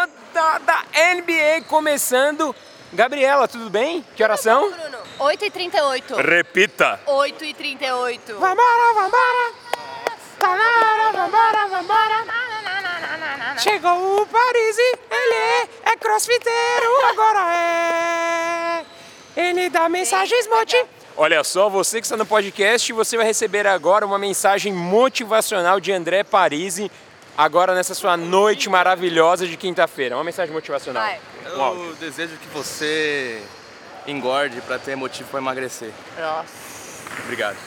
Rodada NBA começando. Gabriela, tudo bem? Que horas são? Bruno, 8h38. Repita. 8h38. Vambora, vambora. Vambora, vambora, vambora. Chegou o Paris e ele é crossfiteiro, agora é. Ele dá mensagens motivacionais. Olha só, você que está no podcast, você vai receber agora uma mensagem motivacional de André Parisi, agora nessa sua noite maravilhosa de quinta-feira. Uma mensagem motivacional. Vai. Um áudio. Eu desejo que você engorde pra ter motivo pra emagrecer. Nossa. Obrigado.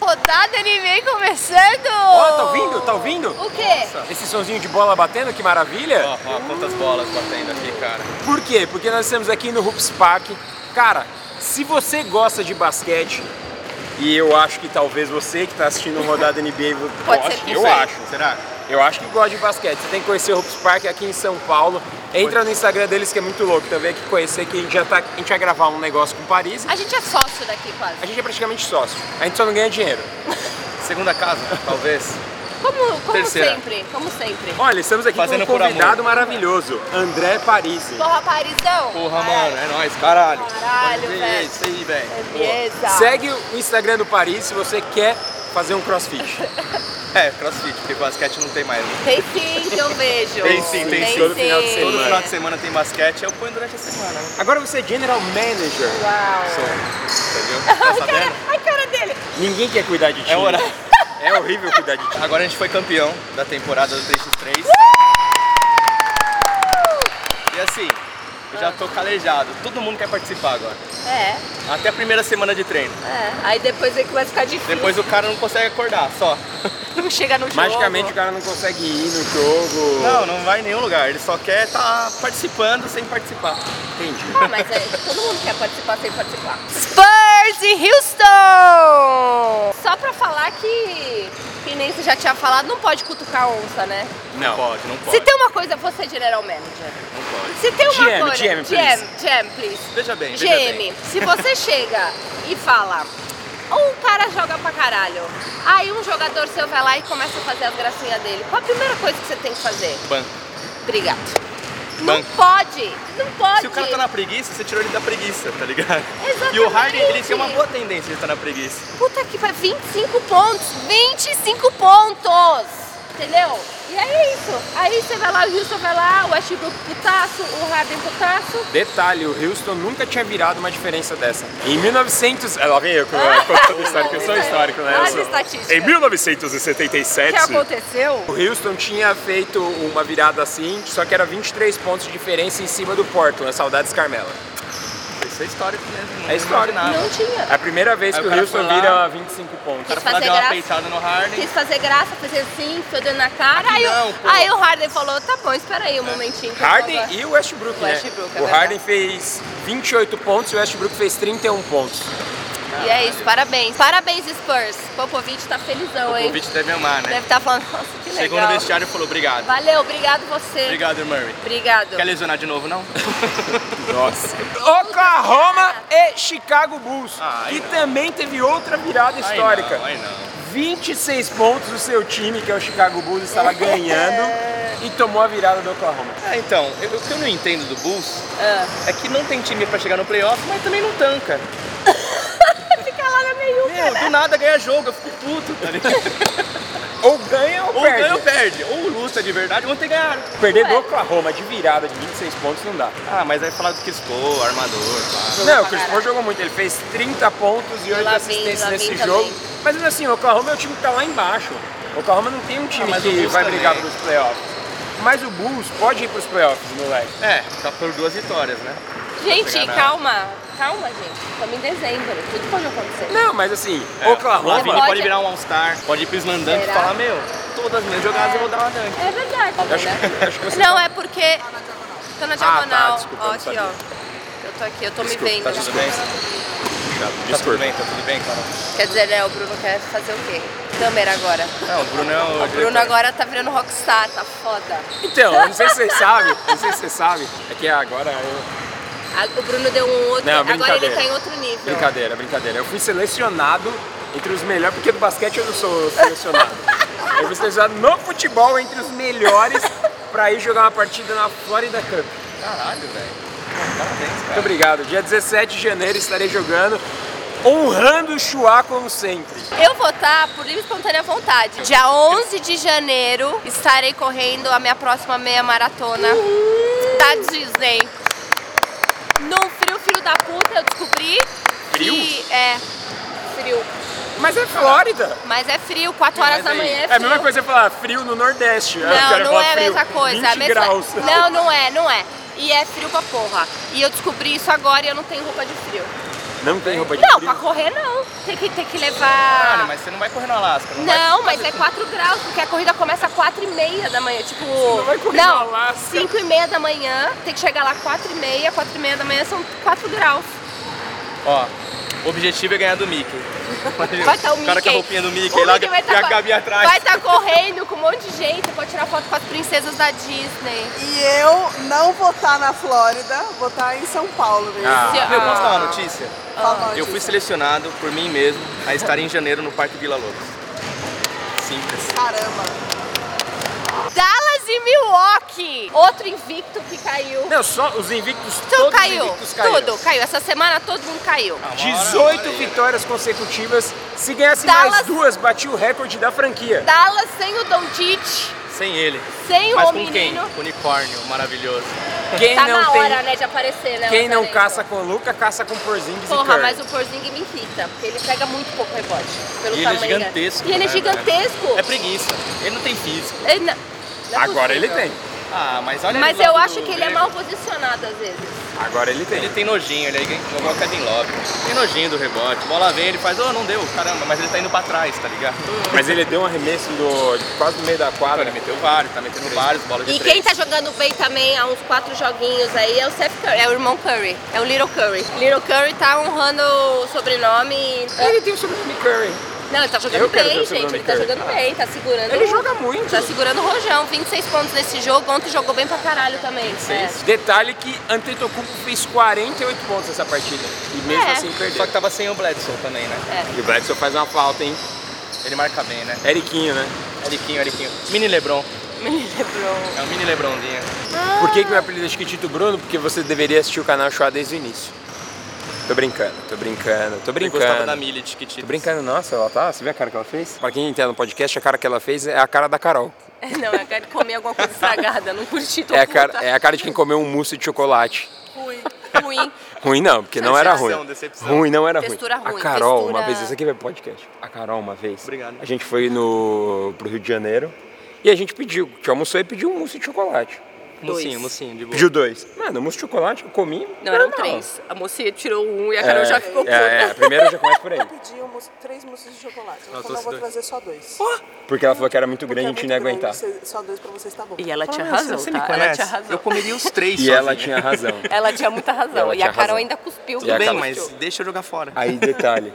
Rodada anime começando! Ó, Ó, tá ouvindo? Tá ouvindo? O quê? Esse sonzinho de bola batendo, que maravilha! Ó, ó, quantas bolas batendo aqui, cara. Por quê? Porque nós estamos aqui no Hoops Park. Cara, se você gosta de basquete, e eu acho que talvez você que está assistindo o Rodada NBA Pode goste, ser que eu sim. acho. Será? Eu acho que gosta de basquete. Você tem que conhecer o Hoops Park aqui em São Paulo. Entra no Instagram deles que é muito louco também, que conhecer que a gente já tá, a gente vai gravar um negócio com Paris. A gente é sócio daqui A quase. gente é praticamente sócio. A gente só não ganha dinheiro. Segunda casa, talvez. Como, como Terceira. sempre, como sempre. Olha, estamos aqui Fazendo com um por amor. convidado maravilhoso, André Parisi. Porra, Parisão! Porra, Caralho. mano, é nóis, caralho. Caralho, Pode ver velho. É Isso aí, velho. Beleza. Segue o Instagram do Paris se você quer fazer um crossfit. É, crossfit, porque basquete não tem mais. né? Tem sim, que eu vejo. Tem sim, tem sim. Todo final de Todo Sim. final de semana tem basquete, eu ponho durante a semana, né? Agora você é General Manager. Uau. né? Entendeu? Tá Ai, cara, sabendo? ai, cara dele. Ninguém quer cuidar de ti. É horário. É horrível cuidar de ti. Agora a gente foi campeão da temporada do 3x3. Uh! E assim, eu já tô calejado. Todo mundo quer participar agora. É, Até a primeira semana de treino. é. Aí depois é que vai ficar difícil. Depois o cara não consegue acordar, só. não chega no jogo. Magicamente o cara não consegue ir no jogo. Não, não vai em nenhum lugar. Ele só quer estar participando sem participar. Entendi. Ah, mas é, todo mundo quer participar sem participar. Spurs e Houston! Só pra falar que, que nem você já tinha falado, não pode cutucar onça, né? Não, pode, não pode. Se tem uma coisa, você é general manager. Não pode. Se tem uma GM, coisa. GM, please. GM, GM, please. Veja bem, veja bem. GM, se você chega e fala, um cara joga pra caralho, aí um jogador seu vai lá e começa a fazer as gracinhas dele. Qual a primeira coisa que você tem que fazer? Banco. Obrigado. Não Banco. pode! Não pode! Se o cara tá na preguiça, você tirou ele da preguiça, tá ligado? Exatamente. E o Harden, ele tem uma boa tendência de estar na preguiça. Puta que pariu, 25 pontos! 25 pontos! Entendeu? E aí é isso. Aí você vai lá, o Houston vai lá, o Westbrook putaço, o Harden putaço. Detalhe, o Houston nunca tinha virado uma diferença dessa. Em 1900... Ah, Lá vem eu, que eu- eu conto todo histórico, é eu sou histórico, né? Eu Fala de sou- estatística. Em O que 1977, aconteceu? o Houston tinha feito uma virada assim, só que era 23 pontos de diferença em cima do Portland, saudades Carmela. Isso é histórico né? mesmo. É histórico. Não Nada. tinha. É a primeira vez Aí que o o cara Houston foi lá- vira 25 pontos. O Quis cara foi lá, fazer deu uma graça. peitada no Harden. Quis fazer graça, fazer assim, fiodando na cara. Aqui aí, o- não, pô. aí o Harden falou, tá bom, espera aí um momentinho. por favor." Harden e o Westbrook, né? Westbrook, é o verdade. Harden fez 28 pontos e o Westbrook fez 31 pontos. E é isso, parabéns. Parabéns, Spurs. Popovich tá felizão, O hein? convite deve amar, né? Deve estar falando, nossa, que Chegou no legal. vestiário e falou obrigado. Valeu, obrigado você. Obrigado, Murray. Obrigado. Quer lesionar de novo, não? Nossa. Oklahoma e Chicago Bulls, Ah, aí que não. também teve outra virada histórica. Ai, não, ai, não. 26 pontos do seu time, que é o Chicago Bulls, estava ganhando e tomou a virada do Oklahoma. Ah, então, eu- o que eu não entendo do Bulls Ah, é que não tem time pra chegar no playoff, mas também não tanca. fica lá na meiuca. Meu, do nada ganha jogo, eu fico puto, tá ligado? Ou ganha ou, ou perde. ganha ou perde. Ou luta de verdade, ontem ganharam. Perder do Oklahoma de virada de 26 pontos não dá. Ah, mas aí falar do Crispo, armador, pá. Não, o Chris caralho. Paul jogou muito, ele fez 30 pontos e 8 Lavin, assistências Lavin nesse também. jogo. Mas mesmo assim, o Oklahoma é o time que tá lá embaixo. O Oklahoma não tem um time mas o que Bulls vai também. brigar pros playoffs. Mas o Bulls pode ir pros playoffs, moleque. É, tá por duas vitórias, né? Gente, Pegar calma. Calma, gente. Estamos em dezembro. Tudo pode acontecer. Não, mas assim, É, O Oklahoma. Lavine Pode- pode... virar um All-Star, pode ir pro Slandank e Será? falar, meu, todas as minhas jogadas eu vou dar uma dunk. É verdade. Tá Acho vendo? que, acho que você Não, é porque. Tô na diagonal. tá, desculpa, ó, não aqui, sabia. ó. Eu tô aqui, eu tô Desculpa, me vendo. Tá tudo bem? Tá tudo bem, tá tudo bem, Clara? Quer dizer, né? O Bruno quer fazer o quê? Câmera agora. Não, o Bruno é o... O Bruno agora tá virando rockstar, tá foda. Então, eu não sei se vocês sabem, eu não sei se vocês sabem, é que agora eu... A- O Bruno deu um outro. Não, agora ele brincadeira. tá em outro nível. Brincadeira, brincadeira. Eu fui selecionado entre os melhores, porque do basquete eu não sou selecionado. Eu fui selecionado no futebol entre os melhores pra ir jogar uma partida na Florida Cup. Caralho, velho. Parabéns, Muito cara. obrigado. Dia 17 de janeiro estarei jogando, honrando o Chua como sempre. Eu votar por livre e espontânea vontade. Dia 11 de janeiro estarei correndo a minha próxima meia maratona da Disney. Num frio, filho da puta, eu descobri que é frio. Mas é Flórida. Mas é frio, 4 horas mas da aí- manhã é É frio. a mesma coisa você falar frio no Nordeste. Ah, eu Não, quero não falar é a frio, mesma coisa. 20 é a mesma- graus. Não, não é, não é. E é frio pra porra. E eu descobri isso agora e eu não tenho roupa de frio. Não tem roupa de Não, frio. pra correr não. Tem que, tem que levar. Caralho, mas você não vai correr no Alasca, não, vai? Não, mas é 4 graus, porque a corrida começa às 4 e meia da manhã. Tipo. não vai correr não, no Alasca. 5 e meia da manhã, tem que chegar lá 4 e meia, 4 e meia da manhã são 4 graus. Ó, o objetivo é ganhar do Mickey. Imagina, Vai estar o O Mickey. cara com a roupinha do Mickey O lá Mickey vai e tá a co- Gabi atrás. Vai estar correndo com um monte de gente, pode tirar foto com as princesas da Disney. E eu não vou estar na Flórida, vou estar em São Paulo mesmo. Ah. Se- Meu, posso dar Ah. uma notícia? Fala uma Eu fui notícia. selecionado por mim mesmo a estar em janeiro no Parque Vila Lobos. Simples. Caramba. Dallas e Milwaukee! Outro invicto que caiu. Não, só os invictos, Tudo todos os caiu, invictos caíram. tudo caiu. Essa semana todo mundo caiu. Ah, uma hora, uma 18 hora aí, né? vitórias consecutivas. Se ganhasse mais Dallas- duas, batia o recorde da franquia. Dallas sem o Doncic, Sem ele. sem Mas o com menino. quem? Unicórnio, maravilhoso. Quem Tá não na tem, hora, né, de aparecer, né? quem o não talento. caça com Luca, caça com Porzingis e Porra, Curry. mas o Porzing me irrita, porque ele pega muito pouco rebote. Pelo E ele é tamanho. né? gigantesco, E ele é né, gigantesco. É preguiça. Ele não tem físico. Ele não- não é Agora ele possível. tem. Ah, mas olha Mas do lado eu do acho que ele é Grego. mal posicionado às vezes. Agora ele tem. Ele tem nojinho, ele é igual o Kevin Love. Tem nojinho do rebote. Bola vem, ele faz, oh, não deu, caramba, mas ele tá indo pra trás, tá ligado? Mas ele deu um arremesso do, quase no meio da Cara, quadra. ele meteu vários, tá metendo vários, bola de E três. quem tá jogando bem também há uns quatro joguinhos aí é o Seth Curry, é o irmão Curry, é o Little Curry. Little Curry tá honrando o sobrenome. né? Ele tem o sobrenome Curry. Não, ele tá jogando Eu quero ver bem, o sobrenome gente. Ele tá Curry. jogando bem, tá segurando. Ele joga muito. Tá segurando o rojão, 26 pontos nesse jogo. Ontem jogou bem pra caralho também. É. Detalhe que Antetokounmpo fez 48 pontos nessa partida. E mesmo É. assim Só perdeu. que tava sem o Bledsoe também, né? E o Bledsoe faz uma falta, hein? Ele marca bem, né? Eriquinho, né? Eriquinho, Eriquinho. Mini Lebron. Me lembrou. É um mini Lebronzinho. Ah. Por que, que meu apelido é Chiquitito Bruno? Porque você deveria assistir o canal Chua desde o início. Tô brincando, tô brincando, tô Ele gostava da brincando. Millie, Tiquitito. Tô brincando, nossa, ela tá. Você viu a cara que ela fez? Pra quem entende no podcast, a cara que ela fez é a cara da Carol. Não, é eu quero comer alguma coisa estragada, não curti, tô É a puta. cara, é a cara de quem comeu um mousse de chocolate. Ruim. Ruim. Ruim não, porque não era Decepção, ruim. decepção. Ruim não era Textura ruim. ruim, A Carol, uma textura- vez, isso aqui vai pro podcast. A Carol, uma vez. Obrigado. A gente foi no, pro Rio de Janeiro e a gente pediu. Te almoçou e pediu um mousse de chocolate. Mocinho, mocinho, de boa. Pediu dois. Mano, mousse de chocolate eu comi. Não, eram normal. três. A mocinha tirou um e a É, Carol já ficou é, é, primeiro já começa por aí. Pedi um mousse- três mousses de chocolate. Eu Ela falei, trouxe eu vou dois. trazer só dois. Porque ela falou que era tá muito Porque é grande, a gente muito não ia grande, aguentar. você- Só dois pra vocês tá bom. E ela tinha Ah, razão, você me tá? Ela conhece? tinha razão. Eu comeria os três E sozinho. ela tinha razão. Ela tinha muita razão. Ela E tinha a Carol razão. ainda cuspiu. E Tudo a bem, Carol- mas deixa eu jogar fora. Aí, detalhe.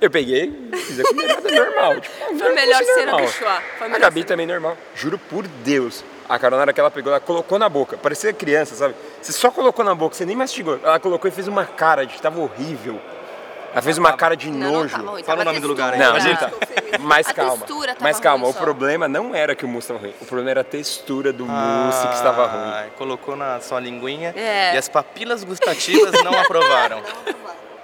Eu peguei, fiz a comerada normal. Tipo, Foi a melhor coisa cena normal. do Chua. Foi a A melhor Gabi cena. também normal. Juro por Deus. A Carol, na hora que ela pegou, ela colocou na boca. Parecia criança, sabe? Você só colocou na boca, você nem mastigou. Ela colocou e fez uma cara de que tava horrível. Ela fez uma cara de Não, tá então não nojo. tava ruim, Fala tava o nome do lugar aí. textura. Não, Imagina. tá. Mas A calma. textura tava Mas calma, ruim o só. problema não era que o mousse tava ruim. O problema era a textura do mousse que estava ruim. Ah, Colocou na sua linguinha É. e as papilas gustativas não aprovaram.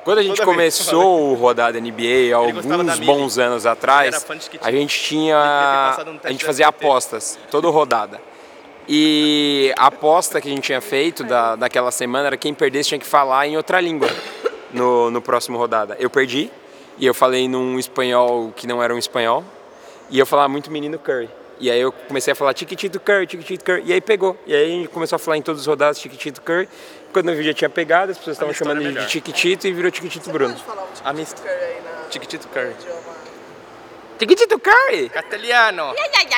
Quando a gente Toda vez que começou o rodada NBA há gostava da alguns Mili. bons anos Ele era atrás, fã de Chiquitita. a gente Ele devia ter tinha passado no teste a gente do fazia SBT. apostas, toda rodada. E a aposta que a gente tinha feito da, daquela semana era quem perdesse tinha que falar em outra língua no, no próximo rodada. Eu perdi e eu falei num espanhol que não era um espanhol e eu falava muito menino Curry. E aí eu comecei a falar tiquitito Curry, tiquitito Curry, e aí pegou. E aí a gente começou a falar em todas as rodadas tiquitito Curry. Quando eu vi já tinha pegado, as pessoas estavam história chamando é ele de melhor. tiquitito e virou tiquitito Bruno. Pode falar um A tipo mis- de curry aí na... Tiquitito Curry. idioma. Tiquitito Curry! Castelhano.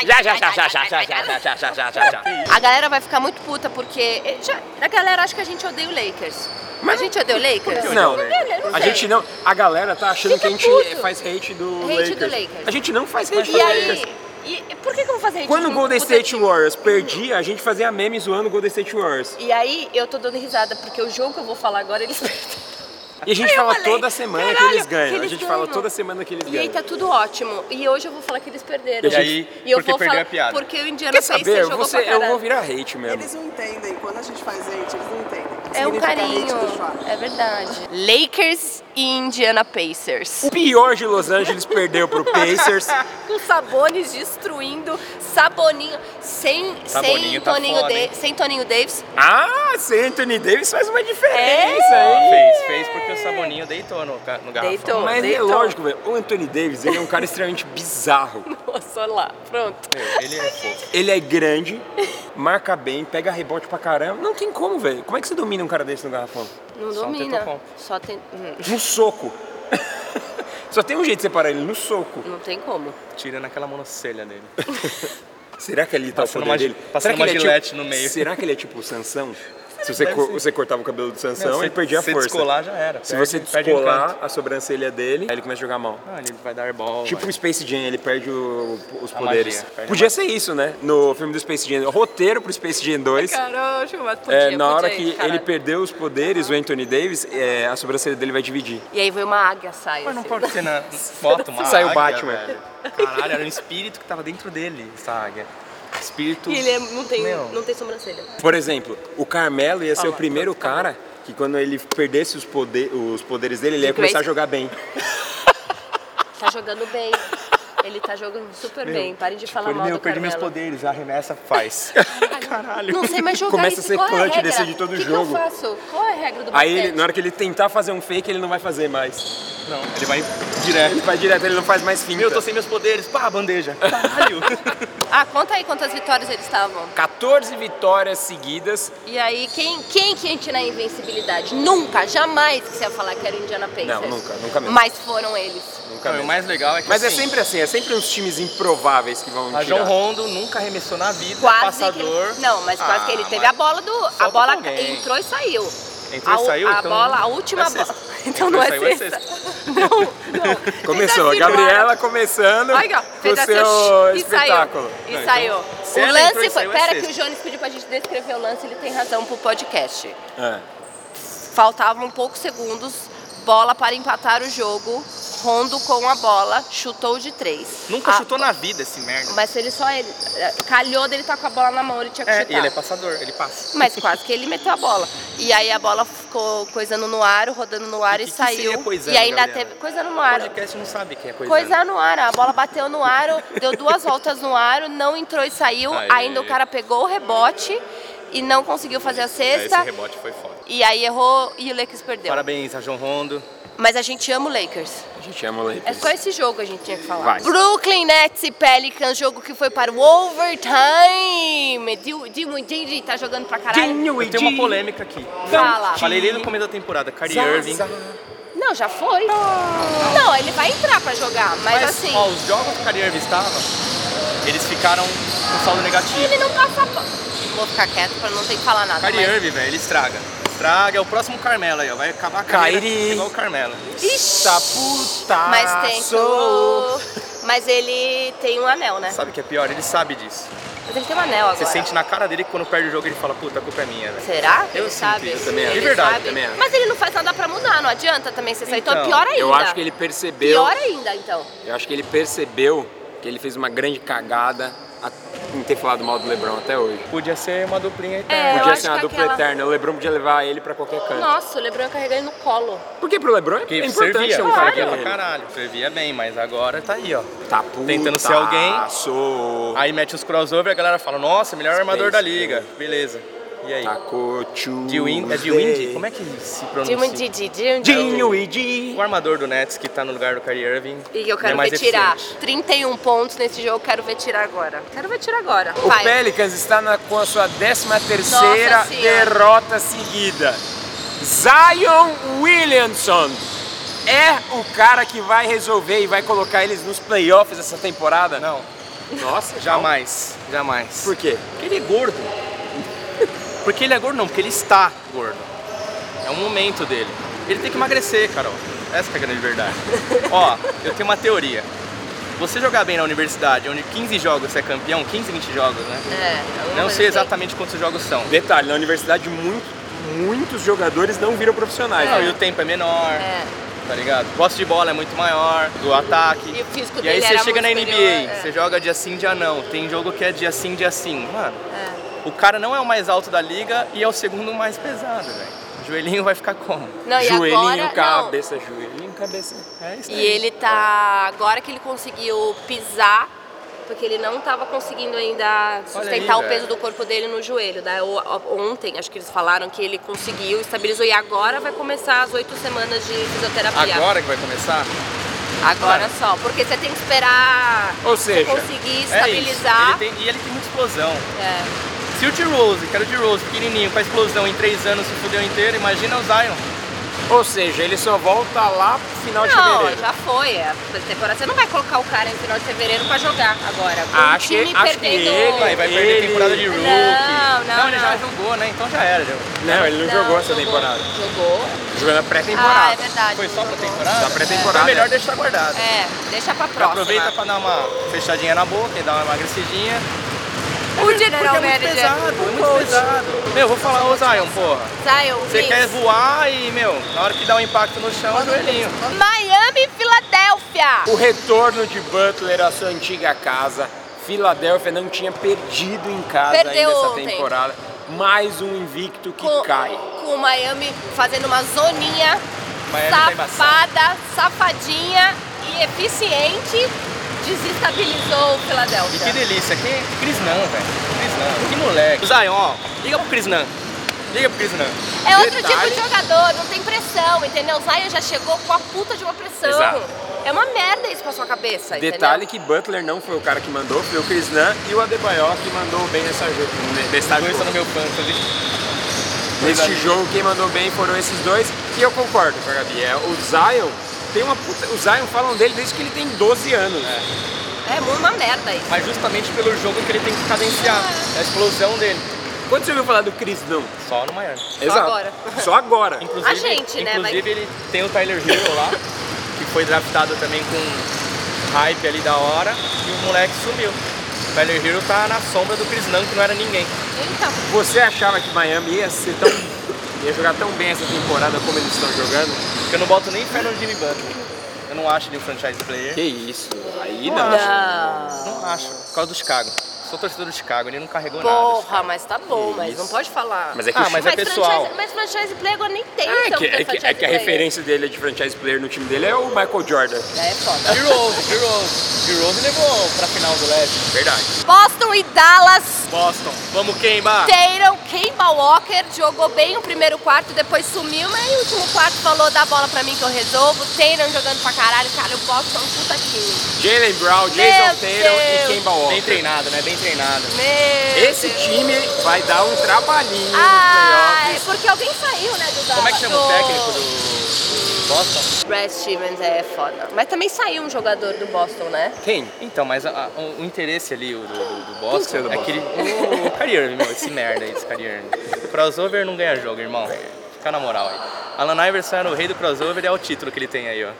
Já, já, já, já, já, já, já, já, já, já, já, já. A galera vai ficar muito puta porque. eh, já- a galera acha que a gente odeia o Lakers. Mas- a gente odeia o Lakers? Não, Não, não a sei. gente não. A galera tá achando que Fica a gente puto. faz hate do Hate Lakers. do Lakers. A gente não faz hate do E aí. Lakers. E por que, que eu vou fazer isso? Quando o com- Golden com o seu State time? Warriors perdia, a gente fazia meme zoando o Golden State Warriors. E aí eu tô dando risada porque o jogo que eu vou falar agora eles perderam. E a gente Aí eu fala falei, toda semana que "Caralho, eles ganham. que eles a gente ganham." fala toda semana que eles E ganham. aí tá tudo ótimo. E hoje eu vou falar que eles perderam. E aí, e eu porque vou perdeu falar a piada. porque o Indiana Quer Pacers saber? jogou Você, pra eu caralho. vou virar hate mesmo. Eles não entendem. Quando a gente faz gente, eles não entendem. É um Significa hate carinho. do Schwarz. É verdade. Lakers e Indiana Pacers. O pior de Los Angeles perdeu pro Pacers. Com Sabonis destruindo, Saboninho sem sem Saboninho tá Toninho, foda, Da- hein? sem Toninho Davis. Ah, se Anthony Davis faz uma diferença, É. Então. hein? Fez, fez porque o Saboninho deitou no, ca- no garrafão. Deitou. Mas é deitou. lógico, velho. O Anthony Davis, ele é um cara extremamente bizarro. Nossa, olha lá, pronto. Meu, ele é fofo. Ele é grande, marca bem, pega rebote pra caramba. Não tem como, velho. Como é que você domina um cara desse no garrafão? Não Só um domina. tetocom. Só tem. hum, No soco. Só tem um jeito de separar ele, no soco. Não tem como. Tirando aquela monocelha dele. Será que ali tá Passando o poder uma gi- dele? passando Será que uma ele é gilete tipo- no meio. Será que ele é tipo o Sansão? Se você, Deve cor- ser. você cortava o cabelo do Sansão, se- ele perdia a se força. descolar, já era. Se Perde- você perde um descolar canto. a sobrancelha dele, aí ele começa a jogar mal. Ah, ele vai dar bola. Tipo o vai. Space Jam, ele perde o- os A poderes. magia, perde a Podia ser isso, né? No filme do Space Jam, o roteiro pro Space Jam 2. É Caramba, mas podia, É, na hora podia, que caralho. ele perdeu os poderes, o Anthony Davis, é, a sobrancelha dele vai dividir. E aí veio uma águia sair. Mas não assim. pode ser na foto, uma Saiu águia, Batman. velho. Caralho, era um espírito que tava dentro dele, essa águia. Espírito. E ele é- não, tem, Meu. não tem sobrancelha. Por exemplo, o Carmelo ia ser o tá primeiro cara que quando ele perdesse os, poder- os poderes dele, ele ia começar a jogar bem. Tá jogando bem. Ele tá jogando super bem. Parem de falar Ele, mal meu, do eu perdi meus Carmelo. poderes, arremessa, faz. Caralho. Não sei mais jogar Começa isso. a ser Qual é clutch, regra? decide todo que que jogo. eu faço? Qual é a regra do basquete? Aí, ele- na hora que ele tentar fazer um fake, ele não vai fazer mais. Não, ele vai direto. Ele vai direto, ele não faz mais finta. Meu, eu tô sem meus poderes. Pá, bandeja. Caralho. é- Ah, conta aí quantas vitórias eles estavam. 14 vitórias seguidas. E aí, quem, quem que entra na invencibilidade? Nunca, jamais que você ia falar que era o Indiana Pacers. Não, nunca, nunca mesmo. Mas foram eles. Nunca Não, e mesmo. o mais legal é que Mas é assim, sempre assim, é sempre uns times improváveis que vão A Ah, John tirar. Rondo nunca arremessou na vida, assim, Quase passador. que ele, Não, mas quase Ah, que ele teve mas- a bola do... A Solta bola pra alguém. entrou e saiu. Entrou e a, u- saiu, A então bola, a não- última é bola. sexta. Então Entrou não e é saiu, é sexta. sexta. Não, não. Fez Começou, a assim, bora. Gabriela começando Aí, ó, com fez o assim, seu ó, e espetáculo. saiu. E então, saiu. se o ela lance entrou e foi. saiu, é Pera que sexta. o Jones pediu pra gente descrever o lance, ele tem razão pro podcast. É. Faltavam poucos segundos, bola para empatar o jogo. Rondo com a bola, chutou de três. Nunca A- chutou na vida esse merda. Mas ele só. Ele, calhou dele tá com a bola na mão, ele tinha que É, e chutar. ele é passador, ele passa. Mas quase que ele meteu a bola. E aí a bola ficou coisando no ar, rodando no ar E e, que que saiu. seria coisando, e ainda Gabriela? teve. Coisando no O ar. podcast não sabe quem é coisa. Coisa no aro, a bola bateu no aro, deu duas voltas no aro, não entrou e saiu. Aí. Ainda o cara pegou o rebote e não conseguiu fazer a É, Esse cesta. rebote foi foda. E aí errou e o Lakers perdeu. Parabéns a John Rondo. Mas a gente ama o Lakers. A gente ama o É Lakers. só esse jogo que a gente tinha que falar. Vai. Brooklyn Nets e Pelicans, jogo que foi para o overtime. Dimo Dindy tá jogando pra caralho. Eu tenho uma polêmica aqui. Fala. Falei desde o começo da temporada, Kyrie Irving. Não, já foi. Não, ele vai entrar pra jogar, mas, Mas, assim, ó, os jogos que o Kyrie Irving estava, eles ficaram com saldo negativo. ele não passa. pa- Vou ficar quieto pra não ter que falar nada. Kyrie mas- Irving, velho, ele estraga. Estraga, é o próximo Carmelo aí, ó. Vai acabar a carreira Kyrie. igual o Carmelo. Ixi! Tá puta. Mas Ah, tem. sou- Mas ele tem um anel, né? Sabe o que é pior? Ele sabe disso. Mas ele tem um anel agora. Você sente na cara dele que quando perde o jogo ele fala, puta, a culpa é minha, velho. Será? Eu ele sinto sabe. isso também, Ele de verdade, sabe. também acho. Mas ele não faz nada pra mudar, não adianta também você sair. Então, é Então, pior ainda. Eu acho que ele percebeu. Pior ainda, então. Eu acho que ele percebeu que ele fez uma grande cagada a- em ter falado mal do LeBron até hoje. Podia ser uma duplinha É, eu eterna. podia acho ser uma que dupla aquela- eterna. O LeBron podia levar ele pra qualquer canto. Nossa, o Lebron ia carregar ele no colo. Porque pro LeBron é Porque importante servia, ter um cara que servia nem pra ele. caralho. Servia bem, mas agora tá aí, ó. Tá puta. Tentando ser alguém. Sou. Aí mete uns crossover e a galera fala, nossa, melhor armador da Space né?" liga. Beleza. E Tá aí? Tacou De Win, é de Windy? Como é que é? se pronuncia? Didi, um Didi. Dinho e Di. O armador do Nets que tá no lugar do Kyrie Irving. E eu ele é quero mais ver tirar. eficiente. 31 pontos nesse jogo, quero ver tirar agora. Quero ver tirar agora. O Vai. Pelicans está na- com a sua 13ª Nossa Senhora. derrota seguida. Zion Williamson é o cara que vai resolver e vai colocar eles nos playoffs essa temporada? Não, Nossa, jamais. Jamais. Por quê? Porque ele é gordo. Porque ele é gordo não, porque ele está gordo. É um momento dele. Ele tem que emagrecer, Carol. Essa que é a grande verdade. Ó, eu tenho uma teoria. Você jogar bem na universidade, onde 15 jogos você é campeão, 15, 20 jogos, né? É, Não mas sei assim, exatamente quantos jogos são. Detalhe, na universidade muito, muitos jogadores não viram profissionais. Não, né? e o tempo é menor, É. tá ligado? O posse de bola é muito maior, do ataque. E o físico E aí dele era chega na muito NBA, superior, é. você joga dia sim, dia não. Tem jogo que é dia sim, dia sim. Mano, o cara não é o mais alto da liga e é o segundo mais pesado, velho. O joelhinho vai ficar como? Não, e joelhinho, agora, não. cabeça, joelhinho, cabeça. É isso E aí. ele tá. Agora que ele conseguiu pisar, porque ele não tava conseguindo ainda sustentar aí, o velho. peso do corpo dele no joelho. Né? O- o- Ontem, acho que eles falaram que ele conseguiu, estabilizou e agora vai começar as oito semanas de fisioterapia. Agora que vai começar? Agora só. Porque você tem que esperar Ou você seja, conseguir É isso. estabilizar. Ele tem- e ele tem muita explosão. É. Se o T-Rose, que era o T-Rose pequenininho, com a explosão em 3 anos se fudeu inteiro, imagina o Zion. Ou seja, ele só volta lá pro um final de Não, fevereiro. já foi. É, a temporada. Você não vai colocar o cara em final de fevereiro pra jogar agora. Com Acho o que- time acho que perdendo. ele Vai, vai perder Ele- a temporada de rookie. Não, não, ele não. já jogou, né? Então já era. Já. Não, ele não, jogou essa temporada. Jogou. Jogou na Ah, é pré-temporada. verdade. Foi só pra jogou. temporada? Tá pré-temporada. É melhor deixar guardado. É, deixa pra próxima. Aproveita pra dar uma fechadinha na boca e dar uma emagrecidinha. O general Porque é muito manager. pesado, é muito pesado. Meu, eu vou falar, ô Zion, porra. Zion Você Williams. quer voar e, meu, na hora que dá um impacto no chão, é o joelhinho. Miami e Filadélfia. O retorno de Butler à sua antiga casa. Filadélfia não tinha perdido em casa Perdeu ainda essa ontem. temporada. Mais um invicto que cai. com o Miami fazendo uma zoninha Miami tá safada, safadinha e eficiente, desestabilizou o E que Filadélfia. delícia, que Cris Nan, velho. Cris Nan, que moleque. Zion, ó, liga pro Cris Nan. Liga pro Cris Nan. É outro Detalhe- tipo de jogador, não tem pressão, entendeu? O Zion já chegou com a puta de uma pressão. Exato. É uma merda isso pra sua cabeça, Detalhe que Butler não foi o cara que mandou, foi o Chris Nunn e o Adebayor que mandou bem nessa jo- ne- nessa Põe isso tá jogo. no meu canto ali. Neste jogo quem mandou bem foram esses dois e eu concordo com a Gabi. É, o Zion tem uma puta... O Zion falam dele desde que ele tem 12 anos. entendeu? É uma merda isso. Mas justamente pelo jogo que ele tem que cadenciar. É a explosão dele. Quando você ouviu falar do Chris Nunn? Só no Miami. agora. Só agora. Inclusive, A gente, né, Inclusive ele tem o Tyler Hero lá, que foi draftado também com hype ali da hora, e o moleque sumiu. O Tyler Hero tá na sombra do Chris Nunn, que não era ninguém. Então, Você achava que Miami ia ser tão... ia jogar tão bem essa temporada como eles estão jogando? Porque eu não boto nem fé no Jimmy Butler. Eu não acho ele um franchise player. Que isso, aí não. não. Não acho, por causa do Chicago. Sou torcedor do Chicago, ele não carregou nada. Porra, mas tá bom, mas Isso. não pode falar. Mas é que, Ah, o mas Chicago- é pessoal. Franchise, mas franchise play agora nem tem É tanto que, é, franchise que, é que a player. referência dele de franchise player no time dele é o Michael Jordan. É foda. De Rose, de Rose. De Rose levou pra final do leste. Verdade. Boston e Dallas. Boston, vamos queimar. Tatum, Kemba Walker jogou bem o primeiro quarto, depois sumiu, mas aí o último quarto falou, dá a bola pra mim que eu resolvo. Tatum jogando pra caralho, cara, o Boston é um puta time. Jalen Brown, Meu Jason Tatum e Deus. Kemba Bem Walker. treinado, né? Bem treinado. Meu Esse Deus. time vai dar um trabalhinho Ah, é nos playoffs. porque alguém saiu, né, do Dallas. Como é que chama o Do- técnico do Boston? Brad Stevens é foda. Mas também saiu um jogador do Boston, né? Quem? Então, mas a- a- o, o interesse ali o do, do, do Quem que é Boston do é aquele. O, o Kyrie, meu, esse merda aí, esse Kyrie. Crossover não ganha jogo, irmão. Fica na moral aí. Alan Iverson era o rei do crossover, é o título que ele tem aí, ó.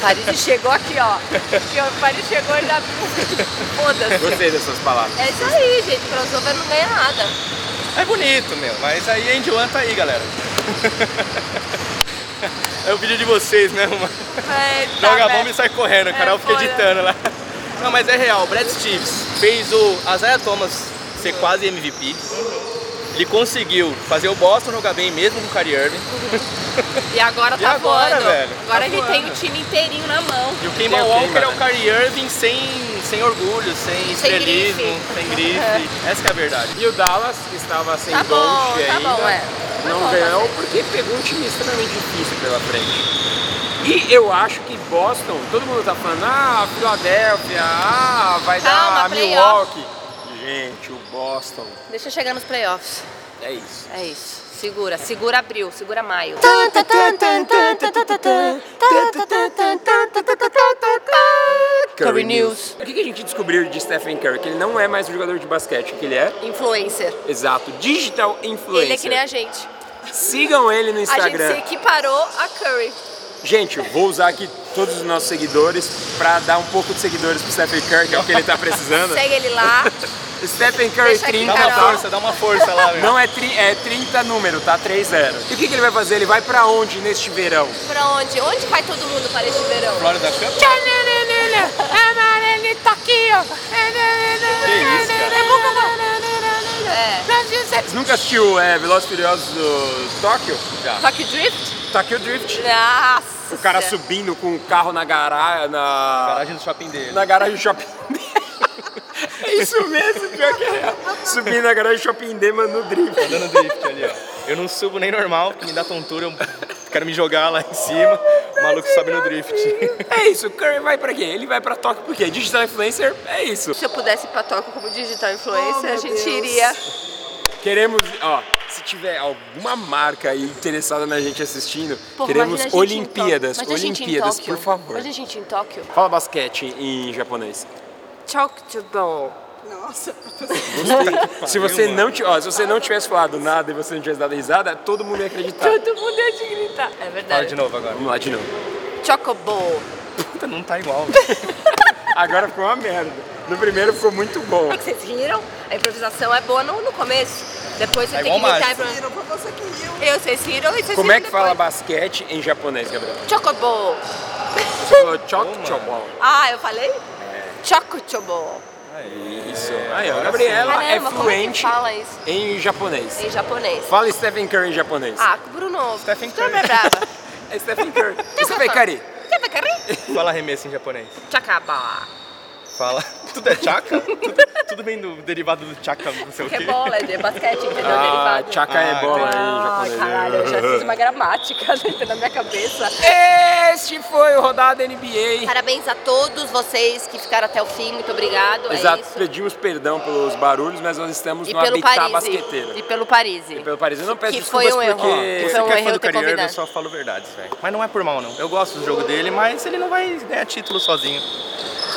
Paris chegou aqui, ó. Aqui, ó, Paris chegou e já... Foda-se. Gostei dessas palavras. É isso aí, gente. Crossover não ganha nada. É bonito, meu, mas aí a Indian tá aí, galera. É o vídeo de vocês mesmo, mano. Eita, Tá, Joga a velho. bomba e sai correndo, o É Carol fica foda. editando lá. Não, mas é real, o Brad Stevens fez o Isaiah Thomas ser quase MVP. Ele conseguiu fazer o Boston jogar bem mesmo com o Kyrie Irving. E agora E tá agora, voando. velho? Agora Tá ele tem voando. o time inteirinho na mão. E o Kemba Tem o Walker Kemba, é o né? Kyrie Irving sem, sem orgulho, sem estrelismo, grife. sem grife. Essa que é a verdade. E o Dallas, que estava sem Tá bom, Dolce tá ainda, bom, é. Tá não bom, ganhou porque pegou um time extremamente difícil pela frente. E eu acho que Boston, todo mundo tá falando, ah, Filadélfia, ah, vai Calma, dar playoff. Milwaukee. Gente, o Boston, Deixa eu chegar nos playoffs. é isso. É isso. Segura, segura abril, segura maio. Curry News. O que que a gente descobriu de Stephen Curry? Que ele não é mais um jogador de basquete. O que ele é? Influencer. Exato, digital influencer. Ele é que nem a gente. Sigam ele no A gente Instagram. se equiparou a Curry. Gente, eu vou usar aqui todos os nossos seguidores pra dar um pouco de seguidores pro Stephen Curry, que é o que ele tá precisando. Segue ele lá. Stephen Curry, Deixa aqui, 30. Dá uma Carol. força, dá uma força lá, meu. Não é, tri, é 30 número, tá? 3-0. E o que, que ele vai fazer? Ele vai pra onde neste verão? Pra onde? Onde vai todo mundo para este verão? Florida Cup? Amarelo tá aqui, ó. É. Você nunca assistiu é, Velozes e Furiosos do Tóquio? Já. Só que drift? Tóquio Drift. Nossa. O cara subindo com o carro na garagem, na, Garagem do shopping dele. na garagem do shopping dele. É isso mesmo, pior que é real. Subindo na garagem do shopping dele, mano, no drift. Dando drift ali, ó. Eu não subo nem normal, porque me dá tontura, eu quero me jogar lá em cima. O maluco sobe no drift. É isso, o Curry vai pra quê? Ele vai pra Tóquio porque digital influencer é isso. Se eu pudesse ir pra Tóquio como digital Oh, influencer, meu a gente Deus. iria. Queremos, ó, se tiver alguma marca aí interessada na gente assistindo, Porra, queremos imagina a gente em Tóquio. Olimpíadas, Imagina a gente em Olimpíadas, Tóquio. por favor. Imagina a gente em Tóquio. Fala basquete em japonês. Tóquio bom. Nossa. Se você não, ti- ó, se você não tivesse falado nada e você não tivesse dado risada, todo mundo ia acreditar. Todo mundo ia te gritar. É Fala de verdade. novo agora. Vamos lá de novo. Chocobo. Puta, não tá igual. velho. Agora ficou uma merda. No primeiro ficou muito bom. É que vocês riram? A improvisação é boa no, no começo. Depois você É tem que igual gritar. mágico. e Viram pra você que riu. pro- Eu, vocês riram e vocês Como riram é que fala depois. basquete em japonês, Gabriel? Chocobo. Você falou choc Boa, chobol. Ah, eu falei? É. Chocobo. Isso. Aí, ó, agora Gabriela é Caramba, como é que fluente fala isso em japonês. em japonês? Fala Stephen Curry em japonês. Ah, Bruno. Stephen tu não é Curry. brava. É Stephen Curry. Stephen Curry. Stephen Curry. Fala arremesso em japonês. Chacaba. Fala. Tudo é chaka? Tudo, tudo vem do derivado do chaka, não sei o Porque quê. é bola, é de basquete, entendeu? Ah, Derivado. tchaka é Ah, bola Ah, em caralho, eu japonês. já fiz uma gramática dentro da minha cabeça. Este foi o Rodada É NBA. Parabéns a todos vocês que ficaram até o fim, muito obrigado. Exato, é isso. pedimos perdão pelos barulhos, mas nós estamos E no pelo habitat Paris. basqueteiro. E pelo Paris. E pelo Paris, eu não peço que desculpas foi um erro. porque... Que Você Então, que é errou fã do ter Kyrie Irving, eu convidado. só falo verdades, velho. Mas não é por mal, não. Eu gosto do jogo dele, mas ele não vai ganhar título sozinho.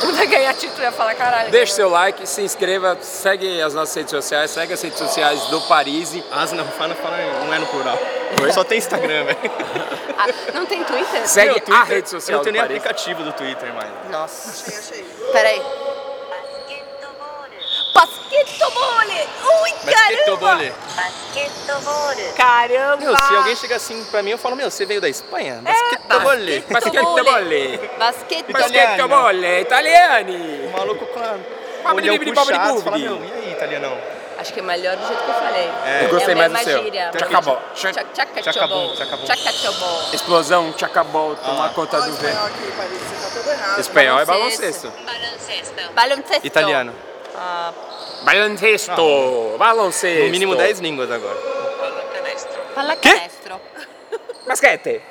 Quando eu ganhar título, eu ia falar caralho. Deixe seu like, se inscreva, segue as nossas redes sociais, segue as redes sociais do Paris. As não fala, fala, não é no plural. Só tem Instagram, velho. Ah, não tem Twitter? Segue Meu, a Twitter- rede social Eu não tenho do Paris. nem aplicativo do Twitter mais. Nossa. Achei, achei. Peraí. Basquetebole! Ui, Basquetebole. caramba! Caramba! É Meu, se alguém chega assim pra mim, eu falo, meu, você veio da Espanha? Basquetebole. Então, Basquetebole. Basquetebole! Basquetebole, italiani. O maluco com a... Babidi, olhão bibidi, babidi, puxado, você fala, bubidi. meu, e aí, italianão? Acho que é melhor do jeito que eu falei. Eu gostei é mais do uma seu. gíria. Tchacabol. Tchac- tchacatchobol. Tchacabol, tchacabol. Tchacatchobol. Explosão, tchacabol, Ah. tomar conta Tá Olha o do vento. espanhol aqui, Paris. Você tá todo errado. Espanhol é Baloncesto. baloncesto. Baloncesto. Italiano. Ah, Baloncesto, baloncesto. No mínimo 10 línguas agora. pallacanestro. Basquete.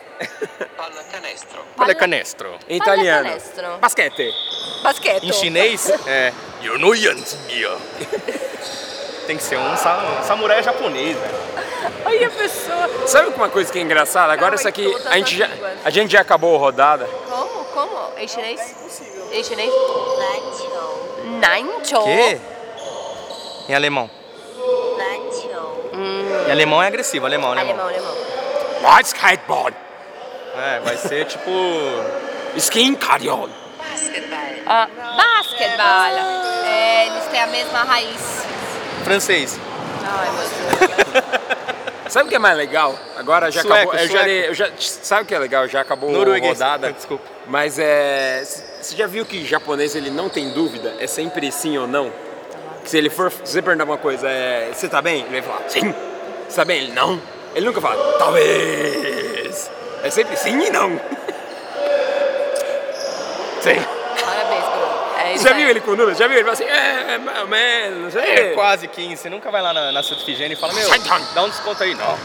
Olha canestro. Em italiano. Pallacanestro. Basquete. Basquete. Em chinês, é... Yonoyansbia. Tem que ser um, sa- um samurai japonês, né? velho. Olha a pessoa. Sabe uma coisa que é engraçada? Agora Calma isso aí, aqui, todas a gente, as já, línguas. a gente já acabou a rodada. Como? Como? Em chinês? É impossível. Em chinês? Nancho. Quê? Em alemão. Em alemão é agressivo, alemão, alemão. Alemão, alemão. Basketball, É, vai ser tipo... skin carrion. Ah, basquetebol. É, eles têm a mesma raiz. francês. Ai, meu Deus. Sabe o que é mais legal? Agora já Sueco, acabou. Eu já, sueco. dei- eu já- sabe o que é legal? Já acabou a Norueguês. rodada. Desculpa. Mas é. Você já viu que japonês ele não tem dúvida? É sempre sim ou não? Que se ele for. Se você perguntar uma coisa, é. Você tá bem? Ele vai falar sim. Você tá bem? Ele não. Ele nunca fala talvez. É sempre sim e não. Sim. Parabéns, Bruno. É isso Você já aí. viu ele com números? Já viu? Ele fala assim, é, é mais ou menos, não sei. É quase 15. Você nunca vai lá na, na Santa Figênia e fala, meu, dá um desconto aí. Não.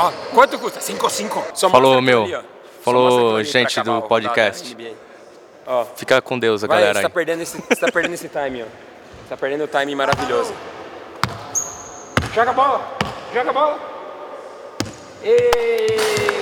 Ó, quanto custa? 5,5. Só Falou, mostra aquilo meu. ali, ó. Só Falou, mostra aquilo ali pra gente acabar do o podcast. rodado da NBA. Fica com Deus, a Vai, galera você tá, aí. perdendo esse, você tá perdendo esse time, ó. Você tá perdendo o time maravilhoso. Joga a bola! Joga a bola! E...